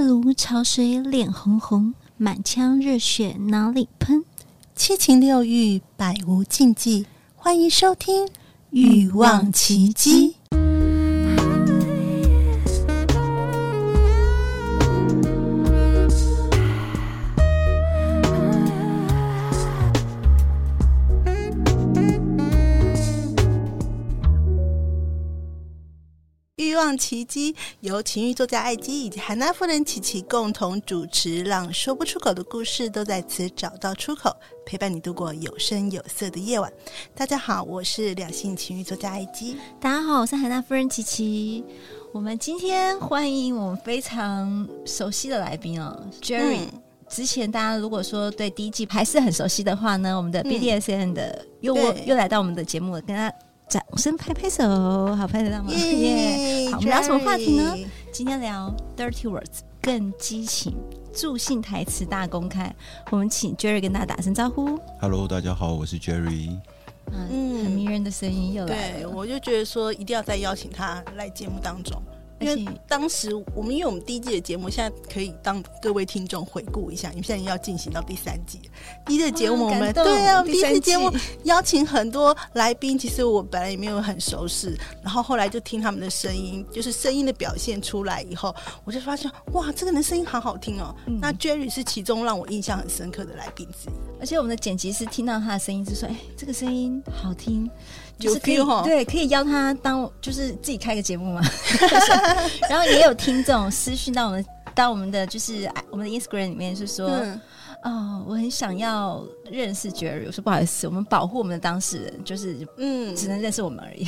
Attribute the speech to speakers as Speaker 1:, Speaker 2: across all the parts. Speaker 1: 如潮水，脸红红，满腔热血哪里喷？
Speaker 2: 七情六欲，百无禁忌。欢迎收听《
Speaker 1: 欲望奇迹》。
Speaker 2: 欲望奇迹》，由情欲作家艾姬以及韩娜夫人琪琪共同主持，让说不出口的故事都在此找到出口，陪伴你度过有声有色的夜晚。大家好，我是两性情欲作家艾姬。
Speaker 1: 大家好，我是韩娜夫人琪琪。我们今天欢迎我们非常熟悉的来宾哦，Jerry。
Speaker 2: 嗯
Speaker 1: 之前大家如果说对第一季还是很熟悉的话呢，我们的 BDSN 的、又
Speaker 2: 对
Speaker 1: 又来到我们的节目了，跟他掌声拍拍手，好拍得到吗？ 耶
Speaker 2: 嗯耶！
Speaker 1: 好，我们聊什么话题呢？
Speaker 2: Jerry
Speaker 1: 今天聊 dirty words 更激情，助兴台词大公开。我们请 Jerry 跟大家打声招呼。
Speaker 3: Hello，大家好，我是 Jerry。
Speaker 1: 啊，
Speaker 2: 嗯
Speaker 1: 很迷人的声音又来
Speaker 2: 对，
Speaker 1: 了。
Speaker 2: 我就觉得说一定要再邀请他来节目当中，
Speaker 1: 而
Speaker 2: 因
Speaker 1: 且
Speaker 2: 为当时我们因为我们第一季的节目，现在可以当各位听众回顾一下，因为现在要进行到第三季了。第一季的节目
Speaker 1: 哇
Speaker 2: 我们
Speaker 1: 哦感动
Speaker 2: 对啊，我们
Speaker 1: 第
Speaker 2: 第一
Speaker 1: 三
Speaker 2: 次节目
Speaker 1: 季
Speaker 2: 邀请很多来宾，其实我本来也没有很熟识，然后后来就听他们的声音，就是声音的表现出来以后，我就发现哇，这个人声音好好听哦。
Speaker 1: 嗯
Speaker 2: 那 Jerry 是其中让我印象很深刻的来宾之一。
Speaker 1: 而且我们的剪辑师听到他的声音就说：“哎、这个声音好听，
Speaker 2: 有
Speaker 1: 就是可以
Speaker 2: feel 哦
Speaker 1: 对，可以邀他当就是自己开个节目嘛。”然后也有听众私讯到我们。到我们的就是哎我们的 Instagram 里面是说，
Speaker 2: 嗯，
Speaker 1: 哦，我很想要认识 Jerry。我说不好意思，我们保护我们的当事人，就是
Speaker 2: 嗯
Speaker 1: 只能认识我们而已，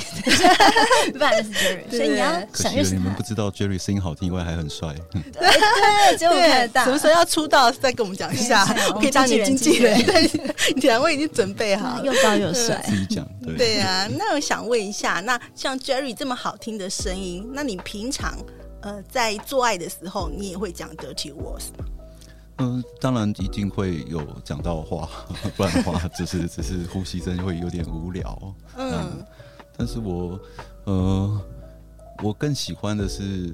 Speaker 1: 没办法认识 Jerry。
Speaker 2: 对
Speaker 1: 所以你要
Speaker 3: 可
Speaker 1: 想
Speaker 3: 惜了，
Speaker 1: 认识
Speaker 3: 你们
Speaker 1: 他
Speaker 3: 不，知道 Jerry 声音好听以外还很帅。
Speaker 1: 对，
Speaker 2: 哎
Speaker 1: 只有我看得到
Speaker 2: 什。么时候要出道再跟我们讲一 下
Speaker 1: 对对，
Speaker 2: 我可以当你的经纪人。 哎对，两位已经准备好了。
Speaker 1: 又高又帅，
Speaker 3: 自己讲，对。
Speaker 2: 对啊，那我想问一下，那像 Jerry 这么好听的声音，那你平常呃在做爱的时候，你也会讲 dirty words 吗？
Speaker 3: 嗯、当然一定会有讲到话， 不然的话只是 只是呼吸声会有点无聊。
Speaker 2: 嗯
Speaker 3: 嗯，但是我呃，我更喜欢的是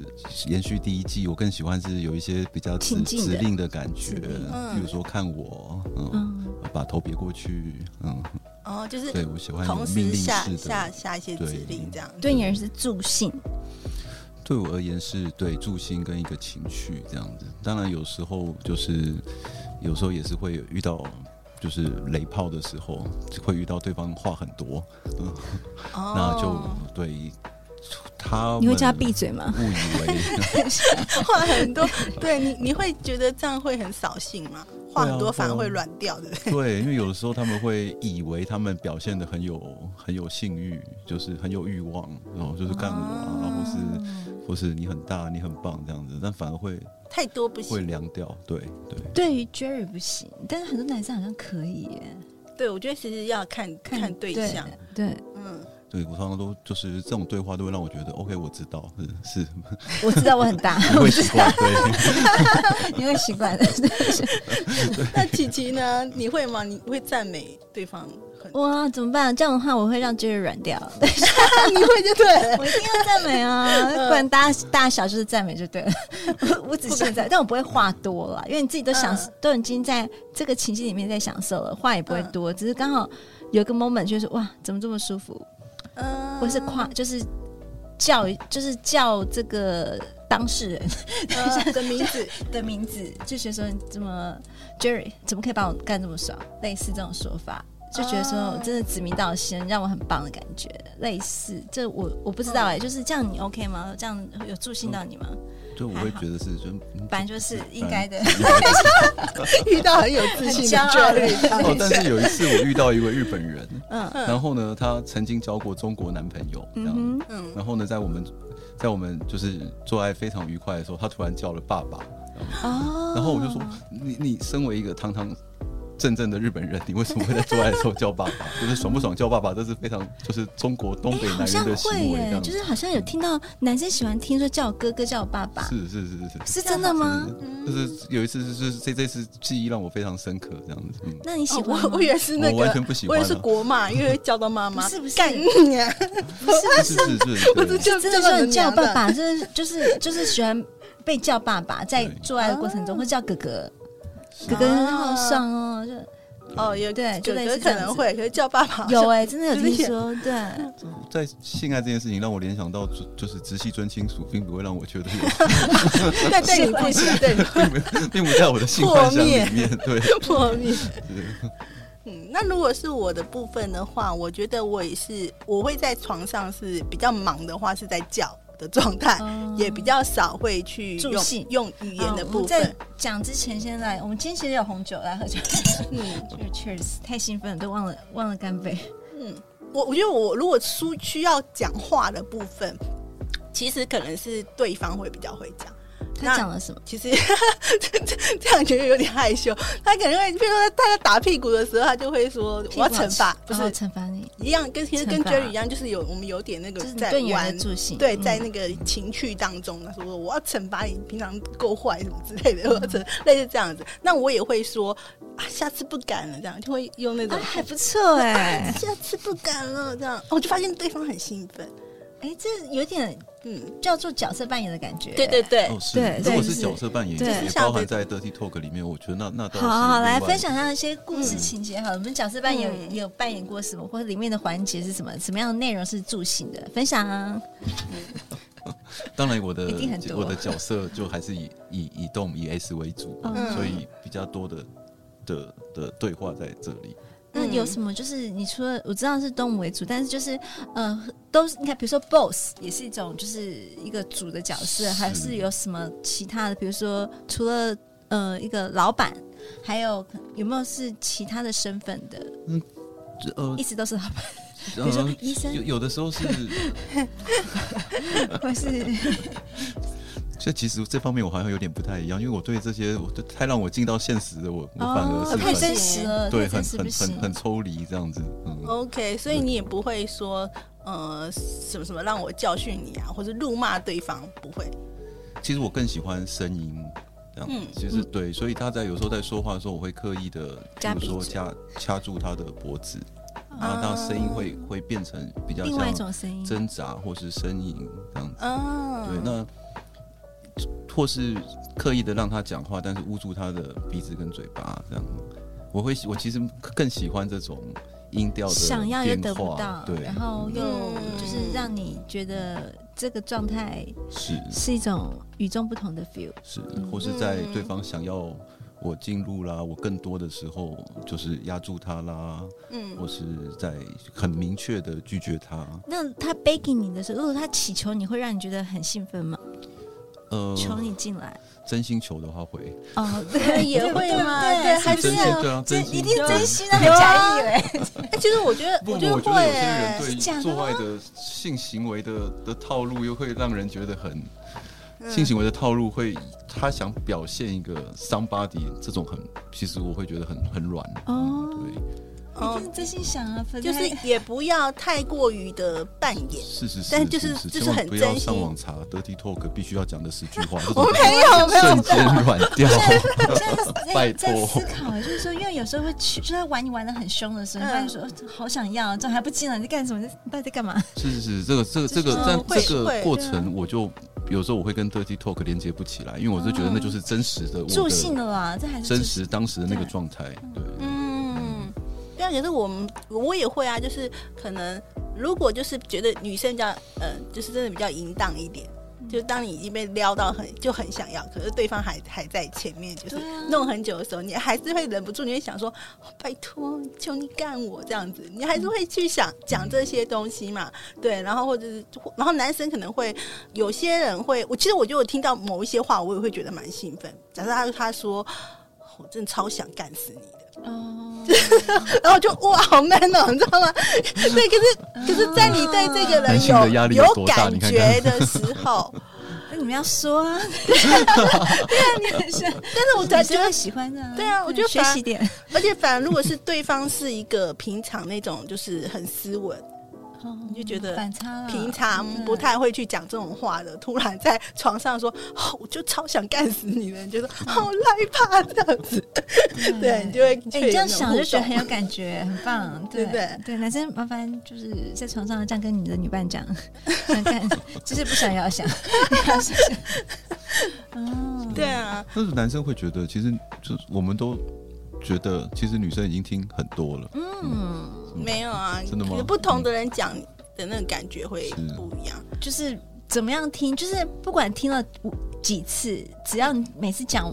Speaker 3: 延续第一季，我更喜欢是有一些比较指
Speaker 1: 情境的
Speaker 3: 指令的感觉，
Speaker 1: 指令
Speaker 2: 嗯
Speaker 3: 比如说看我，嗯，
Speaker 1: 嗯
Speaker 3: 把头别过去，嗯，
Speaker 2: 哦，就是
Speaker 3: 对我喜欢有
Speaker 2: 同
Speaker 3: 命
Speaker 2: 时
Speaker 3: 令
Speaker 2: 下
Speaker 3: 式
Speaker 2: 下
Speaker 3: 的。
Speaker 2: 下一些
Speaker 3: 对
Speaker 2: 指令这样。
Speaker 1: 对你而言是助兴，
Speaker 3: 对我而言是对助兴跟一个情绪这样子。当然有时候就是，有时候也是会有遇到。就是雷炮的时候，会遇到对方话很多，
Speaker 2: 哦，
Speaker 3: 那就对他们
Speaker 1: 你会叫他闭嘴吗？
Speaker 3: 误以为
Speaker 2: 话很多，对你你会觉得这样会很扫兴吗？话很多
Speaker 3: 会啊
Speaker 2: 反而
Speaker 3: 会
Speaker 2: 会
Speaker 3: 啊
Speaker 2: 软掉，对不对？
Speaker 3: 对，因为有的时候他们会以为他们表现的很有很有性欲，就是很有欲望，然后就是干我啊，或是
Speaker 1: 哦
Speaker 3: 或是你很大，你很棒这样子，但反而会
Speaker 2: 太多不
Speaker 3: 会
Speaker 2: 行。
Speaker 3: 凉掉。对对，
Speaker 1: 对于 Jerry 不行，但是很多男生好像可以耶，
Speaker 2: 对，我觉得其实要看看对象，，
Speaker 1: 对，
Speaker 2: 嗯。
Speaker 3: 对我常常都就是这种对话都会让我觉得 OK，我知道嗯是是
Speaker 1: 我知道 我很 大，
Speaker 3: 不会习惯，对，
Speaker 1: 你会习 惯的。
Speaker 2: 那琪琪呢？你会吗？你会赞美对方很？
Speaker 1: 哇，怎么办？这样的话我会让 Jerry 软 掉，
Speaker 2: 你会就对了。
Speaker 1: 我一 定要赞美啊，不然大家大小就是赞美就对了。 我我只现在，但我不会话多了，因为你自己都想、
Speaker 2: 嗯
Speaker 1: 都已经在这个情境里面在享受了，话也不会多，只是刚好有一个 moment 就是哇，怎么这么舒服，
Speaker 2: 嗯，
Speaker 1: 或是夸，就是叫就是叫这个当事人
Speaker 2: 呃的名字，
Speaker 1: 的名字，就觉得说你怎么 Jerry 怎么可以把我干这么爽，类似这种说法。就觉得说
Speaker 2: 哦
Speaker 1: 我真的指名道姓，让我很棒的感觉，类似这我我不知道哎、就是这样你 OK 吗？这样有助兴到你吗？
Speaker 3: 就我会觉得是就嗯
Speaker 1: 本来就是应该的，
Speaker 2: 遇到很有自信的
Speaker 1: 很骄傲
Speaker 2: Jerry，
Speaker 3: 哦，但是有一次我遇到一位日本人，
Speaker 1: 嗯
Speaker 3: 然后呢，他曾经交过中国男朋友，这样，
Speaker 1: 嗯
Speaker 2: 嗯，
Speaker 3: 然后呢，在我们在我们就是做爱非常愉快的时候，他突然叫了爸爸，
Speaker 1: 哼，哦
Speaker 3: 然后我就说，你你身为一个堂堂正正的日本人，你为什么会在做爱的时候叫爸爸？就是爽不爽叫爸爸，这是非常就是中国东北
Speaker 1: 哎好
Speaker 3: 男
Speaker 1: 像
Speaker 3: 人的行
Speaker 1: 会
Speaker 3: 为，这
Speaker 1: 耶，
Speaker 3: 样
Speaker 1: 就
Speaker 3: 子。
Speaker 1: 是好像有听到男生喜欢听说叫我哥哥叫我爸爸，
Speaker 3: 是是是是是。
Speaker 1: 是真的吗？
Speaker 3: 嗯就是有一次，就是这这次记忆让我非常深刻，这样子。嗯，
Speaker 1: 那你喜
Speaker 2: 哦
Speaker 1: 欢
Speaker 2: 我
Speaker 1: 吗？
Speaker 2: 我以为是那个，
Speaker 3: 我完全不喜欢啊
Speaker 2: 我以为是国骂，因为会叫到妈
Speaker 1: 不
Speaker 2: 妈，
Speaker 1: 是不是
Speaker 2: 干你啊！
Speaker 3: 是是是是，
Speaker 2: 我只
Speaker 3: 对
Speaker 2: 叫
Speaker 1: 真的
Speaker 2: 到
Speaker 1: 说
Speaker 2: 你
Speaker 1: 你叫
Speaker 2: 娘
Speaker 1: 我爸
Speaker 2: 的，
Speaker 1: 爸，就是就是就是喜欢被叫爸爸，在
Speaker 3: 对
Speaker 1: 做爱的过程中会叫哥哥，
Speaker 3: 是
Speaker 2: 啊
Speaker 1: 哥哥真的好爽哦，就
Speaker 2: 哦，有
Speaker 1: 对
Speaker 2: 哥
Speaker 1: 就类
Speaker 2: 哥
Speaker 1: 似
Speaker 2: 可
Speaker 1: 这样
Speaker 2: 能
Speaker 1: 子
Speaker 2: 会，可是叫爸爸好像
Speaker 1: 有哎、真的有
Speaker 2: 就是
Speaker 1: 听说，对，
Speaker 3: 在性爱这件事情，让我联想到就就是直系尊亲属，并不会让我觉得有，
Speaker 2: 但对 你不是，对你
Speaker 3: 并不并不在我的性幻想里面。对，
Speaker 2: 破灭。嗯，那如果是我的部分的话，我觉得我也是，我会在床上是比较忙的话是在叫的状态，
Speaker 1: 嗯
Speaker 2: 也比较少会去
Speaker 1: 助
Speaker 2: 用
Speaker 1: 兴
Speaker 2: 用语言的
Speaker 1: 好
Speaker 2: 部
Speaker 1: 我在
Speaker 2: 分。
Speaker 1: 讲之前，先来，我们今天其实有红酒来喝 酒，
Speaker 2: 嗯
Speaker 1: 就是 Cheers，太兴奋了，都忘了忘了干杯。
Speaker 2: 嗯，我我觉得我如果出需要讲话的部分，其实可能是对方会比较会讲。那
Speaker 1: 他讲了什么？
Speaker 2: 其实 这这这样觉得有点害羞，他可能会，比如说他在打屁股的时候，他就会说我要惩罚，不
Speaker 1: 哦
Speaker 2: 是
Speaker 1: 惩罚你，
Speaker 2: 一样，跟其实跟
Speaker 1: 惩罚
Speaker 2: Jerry 一样，就是有我们有点那个
Speaker 1: 就是你
Speaker 2: 在
Speaker 1: 对女人
Speaker 2: 玩
Speaker 1: 的助兴。
Speaker 2: 对，
Speaker 1: 嗯
Speaker 2: 在那个情趣当中，他说我要惩罚你平常够坏什么之类的，或
Speaker 1: 嗯
Speaker 2: 者类似这样子。那我也会说啊，下次不敢了，这样就会用那种
Speaker 1: 啊，还不错 哎、
Speaker 2: 下次不敢了这样。哦我就发现对方很兴奋，
Speaker 1: 哎，这有点
Speaker 2: 嗯，
Speaker 1: 叫做角色扮演的感觉。
Speaker 2: 对对对
Speaker 3: 哦，，是
Speaker 1: 对
Speaker 3: 如果
Speaker 1: 对
Speaker 3: 是
Speaker 1: 是
Speaker 3: 角色扮演，
Speaker 1: 对
Speaker 3: 也包含在 Dirty Talk 里面，我觉得那那倒是
Speaker 1: 好好来
Speaker 3: 另外
Speaker 1: 分享一下一些故事情节好了，我们角色扮演
Speaker 2: 嗯
Speaker 1: 有有扮演过什么，或者里面的环节是什么，什么样的内容是助兴的？分享啊，
Speaker 3: 当然，我的
Speaker 1: 一定很多
Speaker 3: 我的角色就还是以以以动以 S 为主，
Speaker 1: 嗯
Speaker 3: 所以比较多的的的对话在这里。
Speaker 1: 那有什么？就是你除了我知道是动物为主，但是就是呃，都是你看，比如说 boss 也是一种，就是一个主的角色，
Speaker 3: 是
Speaker 1: 还是有什么其他的？比如说除了呃一个老板，还有可有没有是其他的身份的？
Speaker 3: 这呃
Speaker 1: 一直都是老板，
Speaker 3: 呃
Speaker 1: 如说医生
Speaker 3: 有有的时候是，
Speaker 1: 或是
Speaker 3: 这其实这方面我好像有点不太一样，因为我对这些我对太让我进到现实的，我我反而
Speaker 1: 哦
Speaker 3: 是
Speaker 1: 太
Speaker 3: 很
Speaker 1: 真实了，
Speaker 3: 对
Speaker 1: 太真
Speaker 3: 很
Speaker 1: 实不哦
Speaker 3: 很
Speaker 1: 行
Speaker 3: 很。很抽离这样子，嗯，
Speaker 2: OK，所以你也不会说呃什么什么让我教训你啊，或者辱骂对方，不会。
Speaker 3: 其实我更喜欢声音。这样
Speaker 2: 嗯
Speaker 3: 子，就是对，所以他在有时候在说话的时候，我会刻意的，比
Speaker 1: 夹
Speaker 3: 如说
Speaker 1: 鼻子
Speaker 3: 掐掐住他的脖子，然后他声音会会变成比较
Speaker 1: 哦另外一
Speaker 3: 像
Speaker 1: 种声音，
Speaker 3: 挣扎或是呻吟这样子。
Speaker 2: 嗯，
Speaker 3: 对，那或是刻意的让他讲话，但是捂住他的鼻子跟嘴巴这样。我会，我其实更喜欢这种音调的
Speaker 1: 想要又
Speaker 3: 变
Speaker 1: 得不
Speaker 3: 化
Speaker 1: 到，
Speaker 3: 对，
Speaker 1: 然后又
Speaker 2: 嗯
Speaker 1: 就是让你觉得这个状态
Speaker 3: 是
Speaker 1: 是一种与众不同的 feel。
Speaker 3: 是，
Speaker 1: 嗯
Speaker 3: 或是在对方想要我进入啦，我更多的时候就是压住他啦，
Speaker 2: 嗯
Speaker 3: 或是在很明确的拒绝他。
Speaker 1: 那他 begging 你的时候，如果他祈求你，会让你觉得很兴奋吗？
Speaker 3: 呃，
Speaker 1: 求你进来，
Speaker 3: 真心求的话会，
Speaker 1: 哦，对，
Speaker 2: 也
Speaker 1: 对
Speaker 2: 会嘛
Speaker 1: 对
Speaker 2: 对
Speaker 1: 对，
Speaker 2: 还
Speaker 1: 是不
Speaker 2: 是
Speaker 1: 是
Speaker 3: 真心
Speaker 1: 啊
Speaker 3: 对啊，
Speaker 1: 这
Speaker 3: 真心
Speaker 1: 一定
Speaker 3: 对
Speaker 1: 真心的，很
Speaker 2: 有啊
Speaker 1: 假意嘞。
Speaker 2: 哎其实我觉得，
Speaker 3: 不，
Speaker 2: 我
Speaker 3: 我
Speaker 2: 觉
Speaker 3: 觉
Speaker 2: 得
Speaker 3: 得
Speaker 2: 会
Speaker 3: 有些人
Speaker 2: 欸，
Speaker 3: 对
Speaker 1: 假的
Speaker 3: 做
Speaker 1: 吗
Speaker 3: 爱的性行为的的套路，又会让人觉得很、
Speaker 2: 嗯
Speaker 3: 性行为的套路会，他想表现一个 somebody 这种很，其实我会觉得很很软
Speaker 1: 哦
Speaker 3: 嗯对，
Speaker 1: 你就是真心想啊，粉
Speaker 2: 哦就是也不要太过于的扮演。
Speaker 3: 是是是，
Speaker 2: 但就是
Speaker 3: 是
Speaker 2: 就是
Speaker 3: 千万
Speaker 2: 很
Speaker 3: 不要
Speaker 2: 真心
Speaker 3: 上网查 dirty talk 必须要讲的十句 话，这
Speaker 2: 我
Speaker 3: 种
Speaker 2: 没有没有
Speaker 3: 瞬间软 掉，拜
Speaker 1: 在
Speaker 2: 哎
Speaker 1: 在
Speaker 3: 托
Speaker 1: 思考，就是说，因为有时候会去，就是在玩你玩的很凶的时候，
Speaker 2: 嗯
Speaker 1: 你发现说哦好想要，这还不进来，你在干什么？你到底在干嘛？
Speaker 3: 是是是，这个这个这个
Speaker 2: 就是
Speaker 3: 但
Speaker 2: 嗯会
Speaker 3: 这个
Speaker 2: 会
Speaker 3: 过
Speaker 1: 对啊
Speaker 3: 程我就有时候我会跟 dirty talk 连接不起来，因为我就觉得那
Speaker 2: 嗯
Speaker 3: 就是真实的我
Speaker 1: 助兴
Speaker 2: 啊
Speaker 3: 的
Speaker 1: 的啦，这还是
Speaker 3: 真
Speaker 1: 助兴
Speaker 3: 实当时的那个
Speaker 1: 对
Speaker 3: 状态，对。
Speaker 2: 嗯，对啊，可是我们我也会啊，就是可能如果就是觉得女生比较呃，就是真的比较淫荡一点。就是当你已经被撩到很就很想要，可是对方还还在前面，就是
Speaker 1: 对啊
Speaker 2: 弄很久的时候，你还是会忍不住，你会想说：“哦拜托，求你干我这样子。”你还是会去想讲这些东西嘛？对，然后或者是，然后男生可能会有些人会，我其实我就有听到某一些话，我也会觉得蛮兴奋。假设他他说：“ 我真的超想干死你的。”
Speaker 1: 哦，
Speaker 2: 然后就哇，好 man 哦，你知道吗？对，可是可是，在你对这个
Speaker 3: 男
Speaker 2: 人
Speaker 3: 性的
Speaker 2: 有
Speaker 3: 压力有
Speaker 2: 有
Speaker 3: 多大
Speaker 2: 感
Speaker 3: 你看
Speaker 2: 觉的时 候，
Speaker 1: 那你们要说啊，对啊，你很像，但是
Speaker 2: 我觉得
Speaker 1: 得喜欢的啊，
Speaker 2: 对啊我觉得
Speaker 1: 学
Speaker 2: 反而
Speaker 1: 习点，
Speaker 2: 而且反而如果是对方是一个平常那种就是很斯文、
Speaker 1: 哦
Speaker 2: 你就觉得
Speaker 1: 反差啦
Speaker 2: 平常
Speaker 1: 对
Speaker 2: 不太会去讲这种话的，突然在床上说：“哦，我就超想干死你了！”你觉得好害怕这样子，对你就会
Speaker 1: 嗯哎、你
Speaker 2: 哎
Speaker 1: 这样想就觉得很有感觉，很棒，
Speaker 2: 对不对
Speaker 1: 对男生麻烦就是在床上这样跟你的女伴讲， 想看，就是不想也要想， 要想想哦，
Speaker 2: 对啊，
Speaker 3: 但是男生会觉得，其实就是我们都觉得，其实女生已经听很多了，
Speaker 1: 嗯，
Speaker 2: 没有啊，
Speaker 3: 真的吗
Speaker 2: 可是不同的人讲的那个感觉会
Speaker 3: 是
Speaker 2: 不一样。
Speaker 1: 就是怎么样听，就是不管听了五几次，只要你每次讲。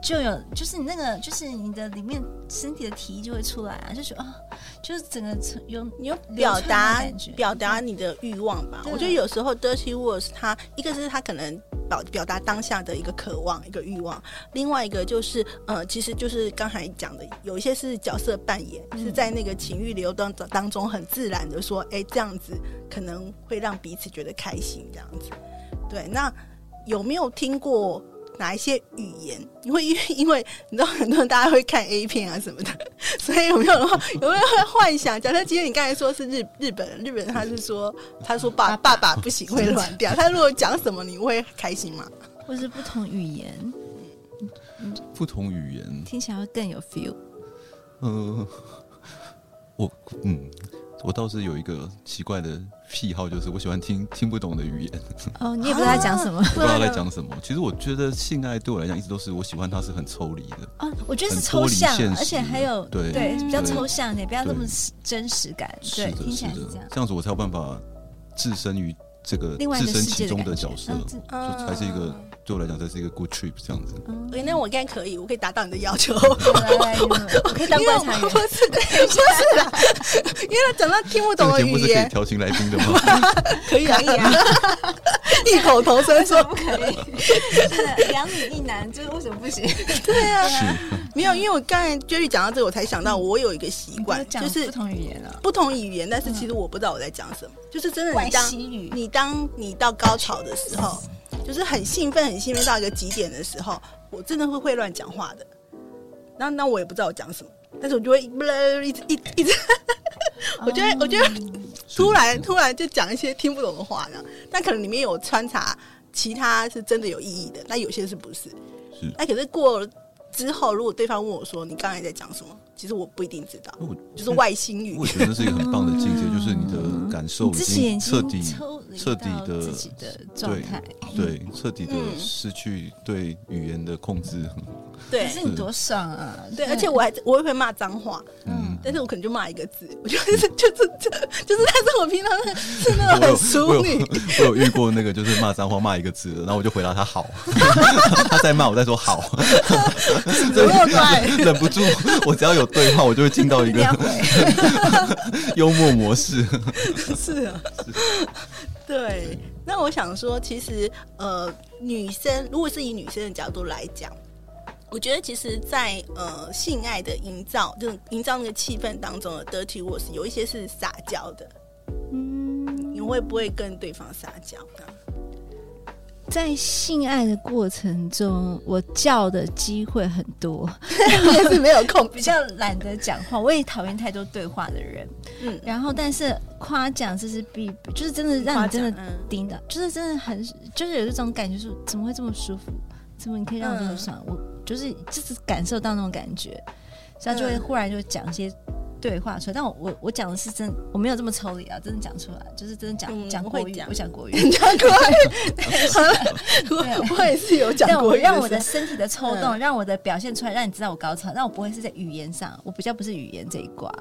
Speaker 1: 就有，就是你那个，就是你的里面身体的提议就会出来啊，就觉得啊、就是整个从有
Speaker 2: 你有表达
Speaker 1: 流畅的感觉
Speaker 2: 表达你的欲望吧。
Speaker 1: 对啊
Speaker 2: 我觉得有时候 dirty words，它一个是它可能表表达当下的一个渴望、一个欲望，另外一个就是呃，其实就是刚才讲的，有一些是角色扮演，是在那个情欲流动当中很自然的说，哎、这样子可能会让彼此觉得开心，这样子。对，那有没有听过？哪一些语言你会因为因为你知道很多人大家会看 A 片啊什么的，所以有没有 人会有没有人会幻想？假设今天你刚才说是日日本人，日本人他是说他说爸爸爸不行会乱掉，他如果讲什么你会开心吗？
Speaker 1: 或是不同语言，
Speaker 3: 不同语言，
Speaker 1: 听起来会更有 feel。
Speaker 3: 呃， 我嗯，我倒是有一个奇怪的癖好，就是我喜欢听听不懂 的语言，
Speaker 1: 哦，你也不知道他讲什么。
Speaker 3: 不知道在讲什么。其实我觉得性爱对我来讲，一直都是我喜欢它是很抽离的，
Speaker 1: 哦，我觉得是
Speaker 3: 很
Speaker 1: 抽
Speaker 3: 脱离
Speaker 1: 象
Speaker 3: 现，
Speaker 1: 而且
Speaker 3: 实
Speaker 1: 还有
Speaker 3: 对
Speaker 1: 比较
Speaker 3: 对
Speaker 1: 抽象一点，不要那么
Speaker 3: 对
Speaker 1: 真实感。
Speaker 3: 是
Speaker 1: 对，
Speaker 3: 的，
Speaker 1: 听
Speaker 3: 是
Speaker 1: 起来是
Speaker 3: 的
Speaker 1: 这样，。
Speaker 3: 这样子我才有办法置身于这个
Speaker 1: 另外一
Speaker 3: 置
Speaker 1: 个
Speaker 3: 身
Speaker 1: 世界
Speaker 3: 其
Speaker 1: 的
Speaker 3: 中
Speaker 1: 感
Speaker 3: 的
Speaker 1: 觉
Speaker 3: 角色，
Speaker 1: 嗯
Speaker 3: 就
Speaker 1: 这
Speaker 3: 才是一个
Speaker 2: 呃
Speaker 3: 对我来讲，才是一个 good trip 这样子。
Speaker 1: 嗯，
Speaker 2: 哎、那我应该可以，我可以达到你的要求。
Speaker 1: 来来，你们我可以当
Speaker 2: 因为
Speaker 1: 观
Speaker 2: 我
Speaker 1: 察
Speaker 2: 们
Speaker 1: 员
Speaker 2: 不。是，不 是啦，因为他讲到听不
Speaker 3: 这
Speaker 2: 懂
Speaker 3: 个
Speaker 2: 的
Speaker 3: 节
Speaker 2: 语
Speaker 3: 目是可以
Speaker 2: 言，
Speaker 3: 调情来宾的吗？
Speaker 2: 可以啊，
Speaker 1: 可以啊，
Speaker 2: 异口同声说
Speaker 1: 不可以？就是 两女一男，就是为什么不行？
Speaker 2: 对啊，
Speaker 3: 是，
Speaker 2: 没有，因为我刚才 Jerry 讲到这个，我才想到我有一个习
Speaker 1: 你
Speaker 2: 惯，
Speaker 1: 讲
Speaker 2: 就是
Speaker 1: 不同语言啊，
Speaker 2: 不同语言，但是其实我不知道我在讲什么，就是真
Speaker 1: 嗯
Speaker 2: 的
Speaker 1: 外
Speaker 2: 你当
Speaker 1: 星语。
Speaker 2: 你当你到高潮的时候，就是很兴奋、很兴奋到一个极点的时候，我真的会会乱讲话的。那那我也不知道我讲什么，但是我就会一直一直一直，
Speaker 1: 哦
Speaker 2: 我觉得我觉得突然突然就讲一些听不懂的话呢。但可能里面有穿插其他是真的有意义的，那有些是不是？哎
Speaker 3: 是
Speaker 2: 那可是过了之后，如果对方问我说你刚才在讲什么，其实我不一定知道，
Speaker 3: 我
Speaker 2: 就是外星语
Speaker 3: 我。觉得这是一个很棒的境界，就是你的感受
Speaker 1: 你
Speaker 3: 已
Speaker 1: 自己
Speaker 3: 经
Speaker 1: 已
Speaker 3: 彻
Speaker 1: 经
Speaker 3: 底
Speaker 1: 抽离
Speaker 3: 彻底
Speaker 1: 到
Speaker 3: 地
Speaker 1: 自己的状态，
Speaker 3: 对彻底的
Speaker 2: 嗯
Speaker 3: 失去对语言的控制。嗯
Speaker 2: 对
Speaker 1: 可是你多爽啊！
Speaker 2: 对，而且我还我也会骂脏话。
Speaker 3: 嗯，
Speaker 2: 但是我可能就骂一个字，我就是就是就就是，但是我平常是那种
Speaker 3: 我有
Speaker 2: 很
Speaker 3: 我
Speaker 2: 淑
Speaker 3: 有
Speaker 2: 女，
Speaker 3: 我有遇过那个就是骂脏话骂一个字的，然后我就回答他好， 他在骂我在说好，
Speaker 2: 怎么怪？
Speaker 3: 忍不住，我只要有对话，我就会进到一
Speaker 1: 一定要
Speaker 3: 个
Speaker 1: 回。
Speaker 3: 幽默模 式。
Speaker 2: 是啊，对。那我想说，其实呃，女生如果是以女生的角度来讲，我觉得其实在，呃性爱的营造，就是营造那个气氛当中的 dirty words，有一些是撒娇的。
Speaker 1: 嗯
Speaker 2: 你会不会跟对方撒娇呢？
Speaker 1: 在性爱的过程中，我叫的机会很 多，
Speaker 2: 你也是没有空，
Speaker 1: 比较懒得讲话，我也讨厌太多对话的人。
Speaker 2: 嗯，
Speaker 1: 然后，但是夸奖这是必，就是真的让
Speaker 2: 夸
Speaker 1: 你真
Speaker 2: 奖
Speaker 1: 的
Speaker 2: 嗯
Speaker 1: 盯的，就是真的很，就是有一种感觉说，怎么会这么舒服？怎么你可以让我这么
Speaker 2: 嗯
Speaker 1: 爽？我就是就是感受到那种感觉，所以他就会
Speaker 2: 嗯
Speaker 1: 忽然就讲一些对话出来。但我我我讲的是真，我没有这么抽离啊，真的讲出来，就是真的
Speaker 2: 嗯
Speaker 1: 讲讲
Speaker 2: 我
Speaker 1: 国
Speaker 2: 会
Speaker 1: 语
Speaker 2: 讲，
Speaker 1: 我讲国语。
Speaker 2: 你 讲国语，嗯 我我也是有讲
Speaker 1: 但
Speaker 2: 国
Speaker 1: 我
Speaker 2: 语，
Speaker 1: 让
Speaker 2: 是嗯
Speaker 1: 我的身体的抽动，让我的表现出来，让你知道我高潮，但我不会是在语言上，我比较不是语言这一挂。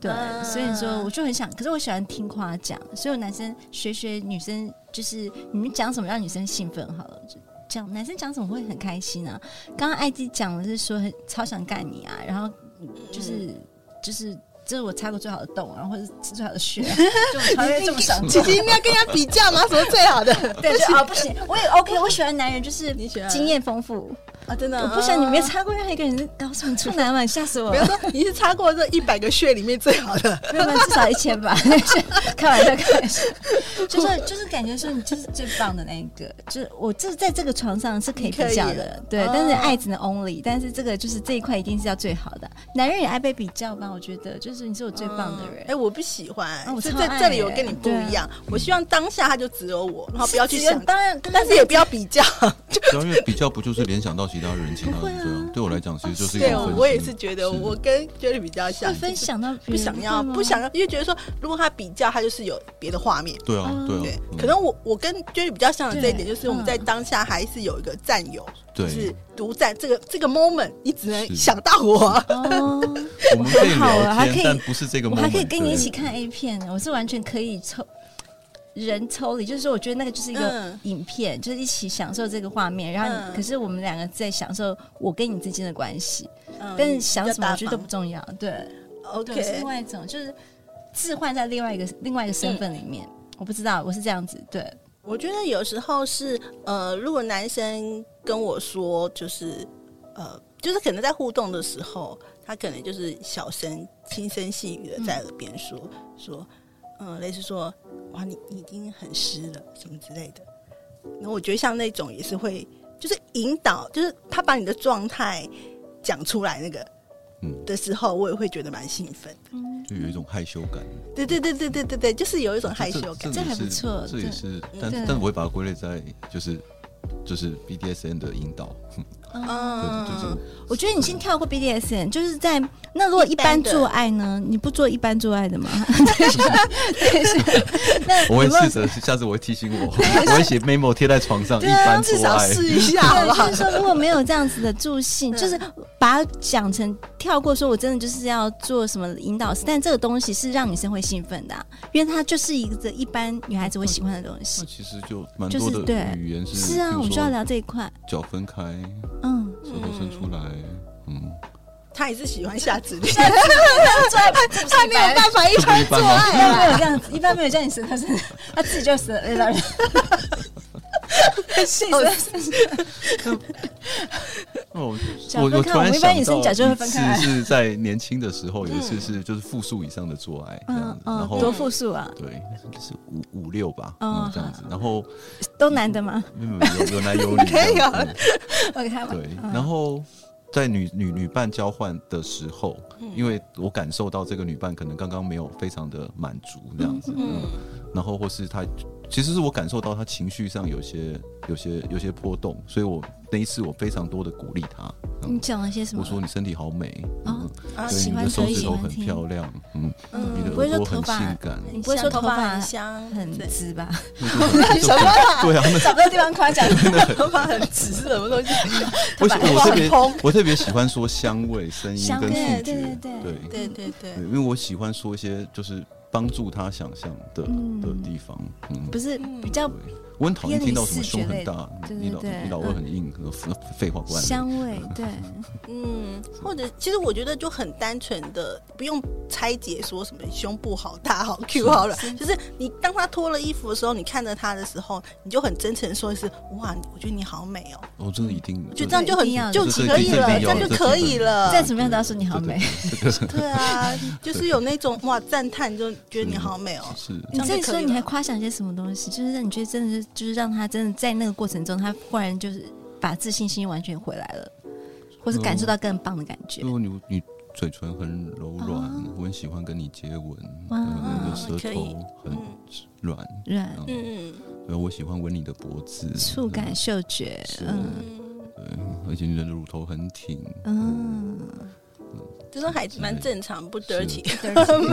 Speaker 1: 对，
Speaker 2: 啊
Speaker 1: 所以说我就很想，可是我喜欢听夸奖，所以我男生学学女生，就是你们讲什么让女生兴奋好了。就讲男生讲什么会很开心啊？刚刚艾姬讲的是说很超想干你啊，然后就是、
Speaker 2: 嗯
Speaker 1: 就是这是我擦过最好的洞啊，或者是最好的血啊、就我超越这么
Speaker 2: ，
Speaker 1: 爽
Speaker 2: 姐姐应该跟人家比较吗？什么最好的？
Speaker 1: 对，就啊、不行，我也 OK，我喜欢男人就是
Speaker 2: 你喜欢
Speaker 1: 经验丰富，
Speaker 2: 啊，真的，
Speaker 1: 我不想你没
Speaker 2: 擦，
Speaker 1: 擦过任何一个人的高手，你处男嘛，你吓死我
Speaker 2: 不要
Speaker 1: 了！
Speaker 2: 说你是擦过这一百个穴里面最好的，
Speaker 1: 没有没有，至少一千 吧，开玩笑，开玩笑，就是就是感觉说你就是最棒的那一个，就是我这在这个床上是可以比较
Speaker 2: 你可以
Speaker 1: 的，对，
Speaker 2: 哦
Speaker 1: 但是爱只能 only，但是这个就是这一块一定是要最好的，男人也爱被比较吧？我觉得就是你是我最棒的人
Speaker 2: 哎、。我不喜欢，
Speaker 1: 啊我
Speaker 2: 所以
Speaker 1: 超
Speaker 2: 在
Speaker 1: 爱
Speaker 2: 这里
Speaker 1: 耶啊
Speaker 2: 我跟你不一样，我希望当下他就只有我，然后不要去
Speaker 1: 是只有
Speaker 2: 想，
Speaker 1: 当然，
Speaker 2: 但是也不要比较。
Speaker 3: 对啊因为比较不就是联想到其他人，其他人这样，对我来讲其实就是一
Speaker 2: 对，
Speaker 3: 种分
Speaker 2: 我
Speaker 3: 心。
Speaker 2: 我也是觉得
Speaker 3: 是
Speaker 2: 我跟 Jerry 比较像
Speaker 1: 会，分享到别
Speaker 2: 不
Speaker 1: 人
Speaker 2: 想要
Speaker 1: 会吗
Speaker 2: 不想要，因为觉得说如果他比较，他就是有别的画面。
Speaker 3: 对啊，对啊
Speaker 2: 对，，
Speaker 3: 嗯
Speaker 2: 可能我我跟 Jerry 比较像的这一点，
Speaker 1: 哦对
Speaker 2: 就是我们在当下还是有一个占有，就
Speaker 3: 对
Speaker 2: 是独占这个这个 moment，你只能
Speaker 3: 是
Speaker 2: 想到我。
Speaker 1: 哦，
Speaker 3: 我们可以
Speaker 1: 我好了
Speaker 3: 聊
Speaker 1: 还可以，
Speaker 3: 天但不是这个
Speaker 1: 我
Speaker 3: moment。
Speaker 1: 还可以跟你一起
Speaker 3: 对。
Speaker 1: 看 A 片，我是完全可以抽人抽离，就是说我觉得那个就是一个
Speaker 2: 嗯
Speaker 1: 影片，就是一起享受这个画面，然后你、
Speaker 2: 嗯
Speaker 1: 可是我们两个在享受我跟你之间的关系，
Speaker 2: 嗯
Speaker 1: 但是想什么我觉得都
Speaker 2: 比
Speaker 1: 不重要，对，
Speaker 2: 较大方
Speaker 1: 对，是
Speaker 2: OK
Speaker 1: 另。外一种，就是置换在另外一个另外一个身
Speaker 2: 嗯
Speaker 1: 份里面。我不知道，我是这样子，对，
Speaker 2: 我觉得有时候是呃，如果男生跟我说，就是呃，就是可能在互动的时候，他可能就是小声轻声细语的在耳边说、说，嗯、类似说哇，你你已经很湿了什么之类的。然后我觉得像那种也是会，就是引导，就是他把你的状态讲出来那个
Speaker 3: 嗯，
Speaker 2: 的时候，我也会觉得蛮兴奋。
Speaker 3: 就有一种害羞感，
Speaker 2: 对对对对对对对，就是有一种害羞感。
Speaker 3: 这
Speaker 1: 这还
Speaker 3: 也是嗯
Speaker 1: 不错
Speaker 3: 这也
Speaker 1: 对
Speaker 3: 是，但
Speaker 1: 对
Speaker 3: 但我会把它归类在就是就是 BDSM 的引导，
Speaker 2: 嗯，
Speaker 3: 对对对
Speaker 1: 我觉得你先跳过 BDSN，就是在那如果一般
Speaker 2: 一般的
Speaker 1: 做爱呢，你不做一般做爱的 吗？对是， 那
Speaker 3: 我
Speaker 1: 有
Speaker 3: 会
Speaker 1: 没有
Speaker 3: 试着，下次我会提醒 我，我会写 memo 贴在床上，一
Speaker 1: 对啊
Speaker 3: 般
Speaker 2: 至
Speaker 3: 做
Speaker 2: 少
Speaker 3: 爱。
Speaker 2: 试一下好不
Speaker 1: 对，
Speaker 2: 好
Speaker 1: 就？是说，如果没有这样子的助兴，就是把它讲成跳过，说我真的就是要做什么引导式，但这个东西是让女生会兴奋的啊、因为它就是一个一般女孩子会喜欢的东
Speaker 3: 那
Speaker 1: 西。
Speaker 3: 其实就蛮
Speaker 1: 就是
Speaker 3: 多的
Speaker 1: 对
Speaker 3: 语言是，
Speaker 1: 是啊，
Speaker 3: 嗯比如
Speaker 1: 我们就要
Speaker 3: 说
Speaker 1: 聊这一块。
Speaker 3: 脚分开，
Speaker 1: 嗯，
Speaker 3: 舌头伸出来，嗯，
Speaker 2: 他也是喜欢下指令，
Speaker 1: 他没有办法一
Speaker 3: 这不是一般
Speaker 1: 一
Speaker 3: 吗？
Speaker 1: 般没有这样子，一般没有叫你舌头伸，他自己就舌头伸。
Speaker 3: 那我
Speaker 1: 脚
Speaker 3: 我
Speaker 1: 分
Speaker 3: 我
Speaker 1: 开
Speaker 3: 突
Speaker 1: 我
Speaker 3: 然
Speaker 1: 们一般
Speaker 3: 想
Speaker 1: 女生
Speaker 3: 到
Speaker 1: 脚就会
Speaker 3: 一
Speaker 1: 分开
Speaker 3: 次是在年轻的时候，有一次是就是复数以上的做爱这样
Speaker 1: 嗯
Speaker 3: 子，然
Speaker 1: 嗯，
Speaker 3: 后
Speaker 1: 多复数啊，
Speaker 3: 对是五五六吧，
Speaker 1: 嗯
Speaker 3: 嗯这样子，然后
Speaker 1: 都男的吗
Speaker 3: 没有没有有有男有女这 样子，
Speaker 1: ？OK，好
Speaker 3: 对，然后在女女女伴交换的时候，
Speaker 1: 嗯
Speaker 3: 因为我感受到这个女伴可能刚刚没有非常的满足这样子，嗯，然后或是她其实是我感受到她情绪上有些有些有些波动，所以我那一次我非常多的鼓励她，
Speaker 1: 你
Speaker 3: 嗯，
Speaker 1: 讲了些什么
Speaker 3: 我？说你身体好美，
Speaker 1: 哦
Speaker 3: 嗯，
Speaker 2: 啊
Speaker 3: 对，
Speaker 1: 喜
Speaker 3: 你
Speaker 1: 欢
Speaker 3: 的手
Speaker 1: 可以
Speaker 3: 指
Speaker 1: 喜
Speaker 3: 头
Speaker 1: 欢
Speaker 3: 很
Speaker 1: 听
Speaker 3: 漂亮，嗯，
Speaker 2: 嗯
Speaker 3: 你的
Speaker 1: 不会
Speaker 3: 耳
Speaker 1: 说
Speaker 3: 朵
Speaker 1: 头
Speaker 3: 很
Speaker 1: 发
Speaker 3: 性感，
Speaker 1: 你不会说头发
Speaker 2: 很香，
Speaker 1: 很
Speaker 2: 对
Speaker 1: 直吧？
Speaker 3: 什么？对啊，他 们
Speaker 1: 找不到地方夸 奖，
Speaker 2: 头发很直是什 么东西？
Speaker 3: 我喜
Speaker 2: 头
Speaker 3: 我
Speaker 2: 发
Speaker 3: 特
Speaker 2: 很
Speaker 3: 别
Speaker 2: 蓬
Speaker 3: 我特别喜欢说香味、声音
Speaker 1: 香
Speaker 3: 跟
Speaker 1: 味对
Speaker 3: 触觉，
Speaker 1: 对对
Speaker 3: 对
Speaker 2: 对对对
Speaker 3: 对，因为我喜欢说一些就是帮助他想象的、
Speaker 1: 嗯
Speaker 3: 的地方，嗯，
Speaker 1: 不是比较
Speaker 3: 对，我很讨厌
Speaker 1: 偏离
Speaker 3: 听到什么
Speaker 1: 视
Speaker 3: 胸
Speaker 1: 觉类
Speaker 3: 很
Speaker 1: 的
Speaker 3: 大，
Speaker 1: 对
Speaker 3: 你
Speaker 1: 嗯对
Speaker 3: 老
Speaker 1: 对
Speaker 3: 你老二很硬，呃废话不完。
Speaker 1: 香味，对，
Speaker 2: 嗯，或者其实我觉得就很单纯的，不用拆解说什么胸部好大好 Q 好软，就是你当他脱了衣服的时候，你看着他的时候，你就很真诚地说一次哇，我觉得你好美哦，
Speaker 3: 我真的一定
Speaker 2: 就这样就
Speaker 1: 一定要
Speaker 2: 很
Speaker 1: 的
Speaker 2: 就
Speaker 3: 这是
Speaker 2: 可以
Speaker 3: 最必要
Speaker 2: 了，
Speaker 3: 的
Speaker 2: 这样就可以了。
Speaker 1: 再怎么样都要说你好美。
Speaker 2: 对啊，就是有那种哇赞叹，就觉得你好美哦。
Speaker 3: 是
Speaker 1: 你这里
Speaker 2: 这样就可
Speaker 1: 说
Speaker 2: 以
Speaker 1: 你还
Speaker 2: 了
Speaker 1: 夸奖些什么东西？就是让你觉得真的是，就是让他真的在那个过程中，他忽然就是把自信心完全回来了，或是感受到更棒的感觉
Speaker 3: 如。果你你嘴唇很柔软，我很喜欢跟你接吻，对
Speaker 1: 哦哇
Speaker 3: 你的舌
Speaker 2: 可以
Speaker 3: 头很软，
Speaker 1: 软
Speaker 3: 嗯，
Speaker 2: 嗯
Speaker 3: 然后我喜欢吻你的脖子，
Speaker 1: 触感、嗅觉，
Speaker 3: 是
Speaker 1: 嗯
Speaker 2: 嗯，
Speaker 3: 对，而且你的乳头很挺，
Speaker 1: 嗯，
Speaker 2: 这种还蛮正常，不得体。